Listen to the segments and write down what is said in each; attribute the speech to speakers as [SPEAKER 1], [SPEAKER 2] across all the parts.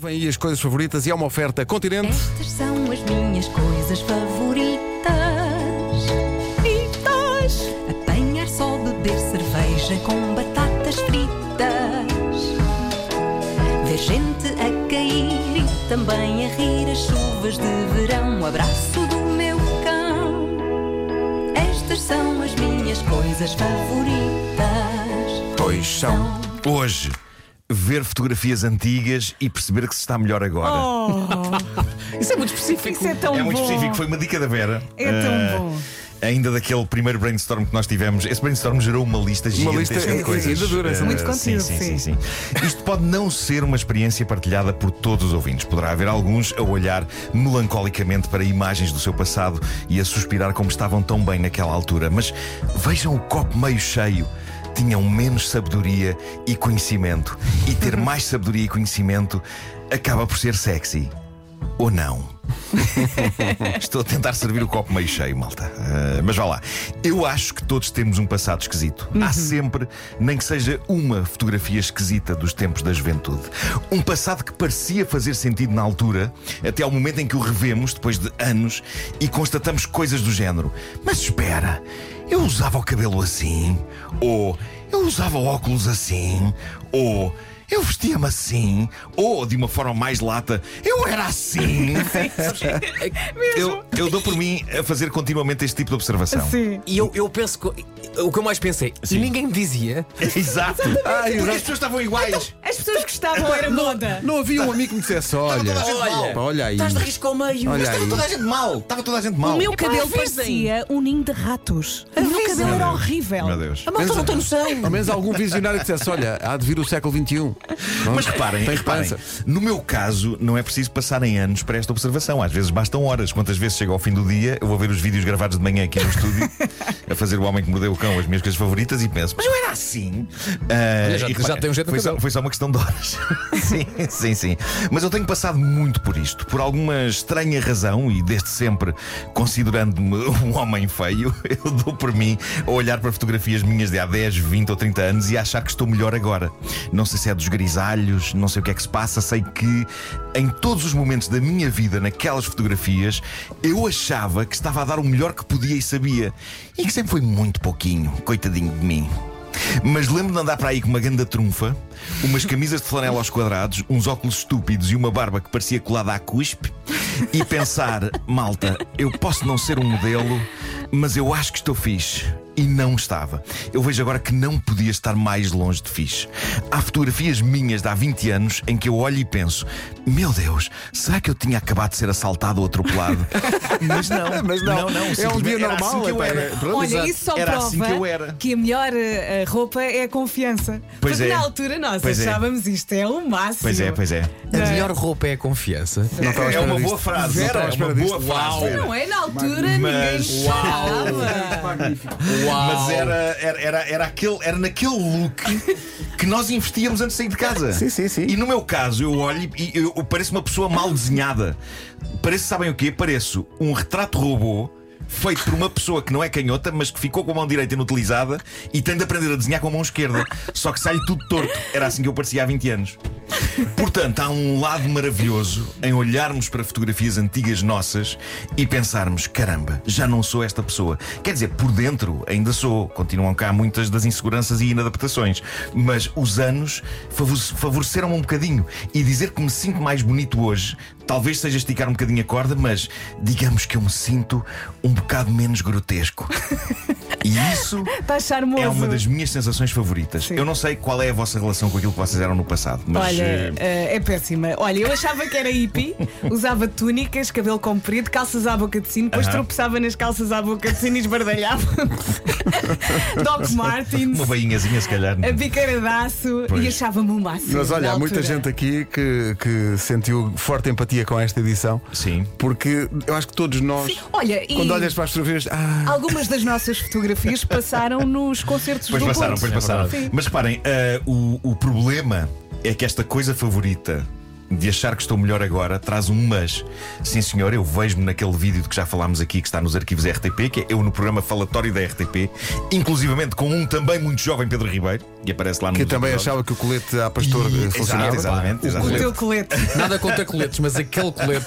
[SPEAKER 1] Vêm aí as coisas favoritas e é uma oferta continente.
[SPEAKER 2] Estas são as minhas coisas favoritas. Fritas! Apanhar só, beber cerveja com batatas fritas. Ver gente a cair e também a rir as chuvas de verão. O abraço do meu cão. Estas são as minhas coisas favoritas.
[SPEAKER 1] Pois são.
[SPEAKER 3] Hoje, ver fotografias antigas e perceber que se está melhor
[SPEAKER 4] Oh,
[SPEAKER 3] agora.
[SPEAKER 4] Isso é muito específico. Isso é tão
[SPEAKER 3] é muito
[SPEAKER 4] bom.
[SPEAKER 3] específico, foi uma dica da Vera.
[SPEAKER 4] É tão
[SPEAKER 3] Ah,
[SPEAKER 4] bom.
[SPEAKER 3] Ainda daquele primeiro brainstorm que nós tivemos, esse brainstorm gerou uma lista gigantesca
[SPEAKER 1] lista,
[SPEAKER 3] de
[SPEAKER 1] é,
[SPEAKER 3] coisas.
[SPEAKER 1] ainda dura,
[SPEAKER 3] Ah,
[SPEAKER 1] muito
[SPEAKER 3] sim,
[SPEAKER 4] conteúdo,
[SPEAKER 3] sim, sim,
[SPEAKER 4] sim.
[SPEAKER 3] sim. Isto pode não ser uma experiência partilhada por todos os ouvintes. Poderá haver alguns a olhar melancolicamente para imagens do seu passado e a suspirar como estavam tão bem naquela altura. Mas vejam o copo meio cheio. Tinham menos sabedoria e conhecimento. E ter mais sabedoria e conhecimento acaba por ser sexy. Ou não? Estou a tentar servir o copo meio cheio, malta. Ah, mas vá lá. Eu acho que todos temos um passado esquisito. Há sempre, nem que seja uma fotografia esquisita dos tempos da juventude. Um passado que parecia fazer sentido na altura, até ao momento em que o revemos, depois de anos, e constatamos coisas do género. Mas espera, eu usava o cabelo assim. Ou eu usava óculos assim. Ou. Eu vestia-me assim, ou de uma forma mais lata, eu era assim. Eu, eu dou por mim a fazer continuamente este tipo de observação.
[SPEAKER 4] Sim.
[SPEAKER 5] E eu, eu penso que. O que eu mais pensei, e ninguém me dizia.
[SPEAKER 3] Ah, Exato. Então, Porque as pessoas estavam iguais.
[SPEAKER 4] As pessoas gostavam, era moda.
[SPEAKER 1] Não havia um amigo que me dissesse: olha,
[SPEAKER 3] toda a gente
[SPEAKER 1] olha,
[SPEAKER 3] mal.
[SPEAKER 1] olha aí.
[SPEAKER 5] Estás de risco ao meio.
[SPEAKER 1] Olha
[SPEAKER 3] Estava
[SPEAKER 1] aí.
[SPEAKER 3] toda a gente mal. Estava toda a gente mal.
[SPEAKER 4] O meu cabelo
[SPEAKER 5] avisem.
[SPEAKER 4] parecia um ninho de ratos. O meu
[SPEAKER 5] Avisem.
[SPEAKER 4] cabelo era
[SPEAKER 3] Meu Deus.
[SPEAKER 4] horrível.
[SPEAKER 3] Meu Deus.
[SPEAKER 5] A malta não tem noção.
[SPEAKER 1] Ao menos algum visionário que dissesse: olha, há de vir o século XXI.
[SPEAKER 3] Mas reparem,
[SPEAKER 1] Tem
[SPEAKER 3] reparem,
[SPEAKER 1] esperança.
[SPEAKER 3] no meu caso, não é preciso passarem anos para esta observação. Às vezes bastam horas. Quantas vezes chega ao fim do dia, eu vou ver os vídeos gravados de manhã aqui no estúdio, a fazer o homem que mordeu o cão, as minhas coisas favoritas, e penso, mas eu era assim. Ah,
[SPEAKER 5] Olha, já-
[SPEAKER 3] e
[SPEAKER 5] já tem um jeito no
[SPEAKER 3] foi, só,
[SPEAKER 5] cabelo.
[SPEAKER 3] Então, foi só uma questão de horas. sim, sim, sim. Mas eu tenho passado muito por isto. Por alguma estranha razão, e desde sempre, considerando-me um homem feio, eu dou por mim a olhar para fotografias minhas de há 10, 20 ou 30 anos e a achar que estou melhor agora. Não sei se é dos grisalhos, não sei o que é que se passa, sei que em todos os momentos da minha vida, naquelas fotografias, eu achava que estava a dar o melhor que podia e sabia. E que sempre foi muito pouquinho, coitadinho de mim. Mas lembro de andar para aí com uma ganda trunfa, umas camisas de flanela aos quadrados, uns óculos estúpidos e uma barba que parecia colada à cuspe e pensar: malta, eu posso não ser um modelo, mas eu acho que estou fixe. E não estava. Eu vejo agora que não podia estar mais longe de fixe. Há fotografias minhas de há 20 anos em que eu olho e penso: meu Deus, será que eu tinha acabado de ser assaltado ou atropelado? Mas não,
[SPEAKER 1] Mas não.
[SPEAKER 3] não, não,
[SPEAKER 1] É um
[SPEAKER 3] simplesmente
[SPEAKER 1] dia
[SPEAKER 3] era
[SPEAKER 1] normal,
[SPEAKER 3] assim que eu
[SPEAKER 1] é pá,
[SPEAKER 3] era.
[SPEAKER 1] é-
[SPEAKER 3] Pronto,
[SPEAKER 4] Olha,
[SPEAKER 3] exato.
[SPEAKER 4] isso só
[SPEAKER 3] era
[SPEAKER 4] prova
[SPEAKER 3] assim que eu era.
[SPEAKER 4] que a melhor eh, roupa é a confiança.
[SPEAKER 3] Pois
[SPEAKER 4] Porque
[SPEAKER 3] é.
[SPEAKER 4] na altura nós
[SPEAKER 3] Pois é.
[SPEAKER 4] achávamos isto é o máximo.
[SPEAKER 3] Pois é, pois é.
[SPEAKER 5] A melhor roupa é a confiança.
[SPEAKER 1] estava à
[SPEAKER 3] É
[SPEAKER 1] espera
[SPEAKER 3] uma
[SPEAKER 1] disto.
[SPEAKER 3] boa frase.
[SPEAKER 1] Vera, é
[SPEAKER 3] não
[SPEAKER 1] à espera
[SPEAKER 3] estava à espera
[SPEAKER 1] disto.
[SPEAKER 3] disto. frase. Vera.
[SPEAKER 4] Não é na altura
[SPEAKER 3] Mas-
[SPEAKER 4] ninguém achava.
[SPEAKER 1] Magnífico.
[SPEAKER 5] Uau!
[SPEAKER 3] Mas era, era, era, era, aquele, era naquele look que nós investíamos antes de sair de casa.
[SPEAKER 1] Sim, sim, sim.
[SPEAKER 3] E no meu caso, eu olho e eu, eu pareço uma pessoa mal desenhada. Pareço, sabem o quê? Pareço um retrato robô. Feito por uma pessoa que não é canhota, mas que ficou com a mão direita inutilizada e tem de aprender a desenhar com a mão esquerda. Só que sai tudo torto. Era assim que eu parecia há 20 anos. Portanto, há um lado maravilhoso em olharmos para fotografias antigas nossas e pensarmos: caramba, já não sou esta pessoa. Quer dizer, por dentro ainda sou. Continuam cá muitas das inseguranças e inadaptações. Mas os anos favore- favoreceram-me um bocadinho. E dizer que me sinto mais bonito hoje, talvez seja esticar um bocadinho a corda, mas digamos que eu me sinto um bocado menos grotesco. E isso
[SPEAKER 4] Está um charmoso.
[SPEAKER 3] é uma das minhas sensações favoritas.
[SPEAKER 4] Tá Sim.
[SPEAKER 3] Eu não sei qual é a vossa relação com aquilo que vocês eram no passado, mas.
[SPEAKER 4] Olha,
[SPEAKER 3] eh,
[SPEAKER 4] eh, é péssima. Olha, eu achava que era hippie, usava túnicas, cabelo comprido, calças à boca de sino, depois
[SPEAKER 3] Aham.
[SPEAKER 4] tropeçava nas calças à boca de sino e esbardalhava. Doc Martins,
[SPEAKER 3] Uma bainhazinha, se calhar.
[SPEAKER 4] a biqueira de aço
[SPEAKER 3] Pois.
[SPEAKER 4] e achava-me o máximo.
[SPEAKER 1] Mas olha,
[SPEAKER 4] na
[SPEAKER 1] há muita
[SPEAKER 4] altura.
[SPEAKER 1] gente aqui que, que sentiu forte empatia com esta edição.
[SPEAKER 3] Sim.
[SPEAKER 1] Porque eu acho que todos nós,
[SPEAKER 4] Olha, e
[SPEAKER 1] quando olhas para as fotografias, ah,
[SPEAKER 4] algumas das nossas fotografias passaram nos concertos
[SPEAKER 3] Depois
[SPEAKER 4] do
[SPEAKER 3] passaram, eh,
[SPEAKER 4] Porto.
[SPEAKER 1] É
[SPEAKER 3] depois passaram.
[SPEAKER 4] Sim.
[SPEAKER 3] Mas reparem, ah, o, o problema é que esta coisa favorita de achar que estou melhor agora traz um mas. Sim, senhor, eu vejo-me naquele vídeo de que já falámos aqui, que está nos arquivos da RTP, que é eu no programa falatório da RTP, inclusivamente com um também muito jovem Pedro Ribeiro, que aparece lá no
[SPEAKER 1] Que também achava que o colete à pastor eh, funcionava.
[SPEAKER 3] Exato, exatamente,
[SPEAKER 4] O
[SPEAKER 3] exatamente.
[SPEAKER 4] teu colete.
[SPEAKER 5] Nada contra coletes, mas aquele colete.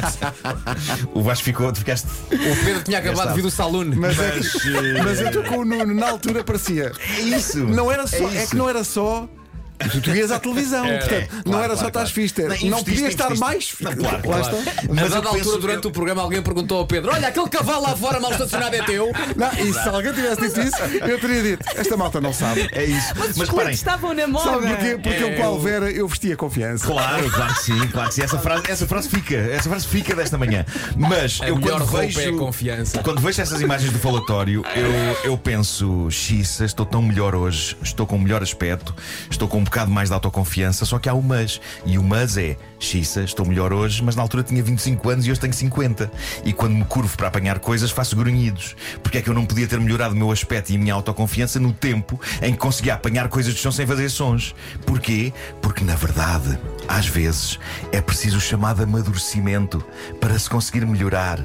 [SPEAKER 3] O Vasco ficou, tu ficaste.
[SPEAKER 5] O Pedro tinha acabado de vir do saloon.
[SPEAKER 1] Mas, é
[SPEAKER 3] Mas,
[SPEAKER 1] que-
[SPEAKER 3] eh,
[SPEAKER 1] mas eu estou com o Nuno, na altura parecia.
[SPEAKER 3] É isso!
[SPEAKER 1] Não era só, é,
[SPEAKER 3] isso.
[SPEAKER 1] que não era só. É, Tu tu ias à televisão, portanto,
[SPEAKER 3] claro,
[SPEAKER 1] não era
[SPEAKER 3] claro,
[SPEAKER 1] só
[SPEAKER 3] claro.
[SPEAKER 1] estás fixe, era-
[SPEAKER 3] Não,
[SPEAKER 1] não
[SPEAKER 3] investiste,
[SPEAKER 1] podia estar
[SPEAKER 3] investiste.
[SPEAKER 1] mais.
[SPEAKER 3] Não, claro,
[SPEAKER 1] Lá
[SPEAKER 3] claro.
[SPEAKER 1] está.
[SPEAKER 5] Mas a
[SPEAKER 3] eu penso
[SPEAKER 5] dada altura,
[SPEAKER 3] que
[SPEAKER 5] durante
[SPEAKER 3] eu-
[SPEAKER 5] o programa, alguém perguntou ao Pedro: Olha, aquele cavalo lá fora mal estacionado é teu.
[SPEAKER 1] Não, e se alguém tivesse dito isso, eu teria dito: esta malta não sabe.
[SPEAKER 3] É isso. Mas,
[SPEAKER 4] Os
[SPEAKER 3] reparem,
[SPEAKER 4] coletes estavam na moda.
[SPEAKER 1] Sabe porquê? Porque eu com a Alvera eu vestia confiança.
[SPEAKER 3] Claro, claro que sim, claro que sim. Essa frase, essa frase fica, essa frase fica desta manhã. Mas
[SPEAKER 5] A
[SPEAKER 3] eu
[SPEAKER 5] melhor
[SPEAKER 3] quando
[SPEAKER 5] roupa
[SPEAKER 3] vejo,
[SPEAKER 5] é a confiança.
[SPEAKER 3] Quando vejo essas imagens do falatório, eu, eu penso, xiça, estou tão melhor hoje, estou com um melhor aspecto, estou com um bocado mais de autoconfiança, só que há o mas. E o mas é, xiça, estou melhor hoje, mas na altura tinha 25 anos e hoje tenho 50. E quando me curvo para apanhar coisas, faço grunhidos. Porque é que eu não podia ter melhorado o meu aspecto e a minha autoconfiança no tempo em que conseguia apanhar coisas do chão sem fazer sons? Porquê? Porque na verdade, às vezes, é preciso o chamado amadurecimento para se conseguir melhorar.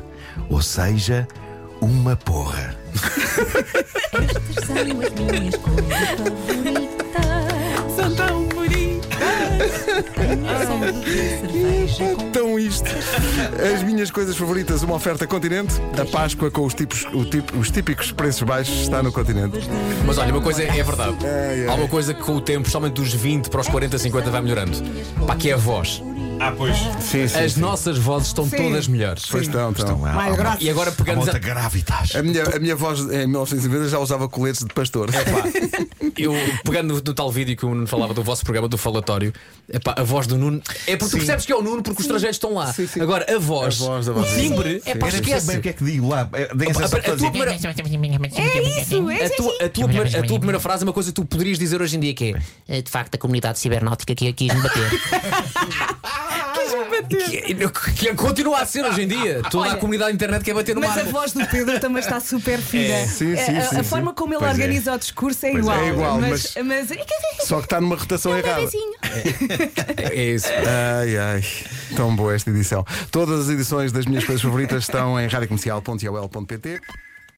[SPEAKER 3] Ou seja, uma porra.
[SPEAKER 2] Estas são as minhas coisas
[SPEAKER 4] São tão bonitos.
[SPEAKER 2] favoritas. Apanhar só de beber cerveja com
[SPEAKER 1] Então isto. As minhas coisas favoritas, uma oferta continente, a Páscoa com os, tipos, o tipo- os típicos preços baixos está no continente.
[SPEAKER 2] uvas de
[SPEAKER 5] Mas olha, uma coisa é verdade.
[SPEAKER 1] Ai, ai.
[SPEAKER 5] Há uma coisa que com o tempo, especialmente dos 20 para os 40, 50, vai melhorando. Pá, que é a voz.
[SPEAKER 3] Ah, pois.
[SPEAKER 1] Sim, sim.
[SPEAKER 5] As nossas vozes estão
[SPEAKER 4] Sim.
[SPEAKER 5] todas melhores.
[SPEAKER 1] Pois estão, estão.
[SPEAKER 3] há,
[SPEAKER 4] Mais
[SPEAKER 3] há
[SPEAKER 4] grossas.
[SPEAKER 5] Então. E agora
[SPEAKER 3] uma, há uma
[SPEAKER 5] pegamos a.
[SPEAKER 3] outra gravitas.
[SPEAKER 1] A minha, a minha voz em 1990 já usava coletes de pastor.
[SPEAKER 5] Epá, eu pegando no, no tal vídeo que o Nuno falava do vosso programa do falatório, epá, a voz do Nuno é porque tu percebes que é o Nuno porque os estrangeiros estão lá.
[SPEAKER 1] Sim, sim.
[SPEAKER 5] Agora a voz,
[SPEAKER 1] A voz, a
[SPEAKER 5] o
[SPEAKER 1] voz.
[SPEAKER 5] timbre,
[SPEAKER 1] Sim,
[SPEAKER 5] é pá,
[SPEAKER 1] sim.
[SPEAKER 3] Percebe bem
[SPEAKER 5] esquece.
[SPEAKER 3] o que é que digo lá. É, Deem sensação
[SPEAKER 5] Opa, a- a
[SPEAKER 3] de
[SPEAKER 5] tua
[SPEAKER 3] dizer-
[SPEAKER 5] primeira-
[SPEAKER 6] É isso,
[SPEAKER 5] A tua, a, tua primeira, a tua primeira frase é uma coisa que tu poderias dizer hoje em dia que é
[SPEAKER 6] De facto, a comunidade cibernáutica que aqui me bater.
[SPEAKER 5] que, é, que continua a ser hoje em dia. Toda a comunidade da internet quer bater no
[SPEAKER 4] Mas a
[SPEAKER 5] mar.
[SPEAKER 4] voz do Pedro também está super fina.
[SPEAKER 1] Sim, sim,
[SPEAKER 4] A- a,
[SPEAKER 1] sim, sim.
[SPEAKER 4] a forma como ele
[SPEAKER 3] Pois é.
[SPEAKER 4] organiza o discurso é
[SPEAKER 3] Pois é,
[SPEAKER 4] igual.
[SPEAKER 1] é igual,
[SPEAKER 4] mas. mas...
[SPEAKER 1] Só que está numa rotação errada.
[SPEAKER 5] É isso.
[SPEAKER 1] Ai, ai, tão boa esta edição. Todas as edições das minhas coisas favoritas estão em radiocomercial.ol.pt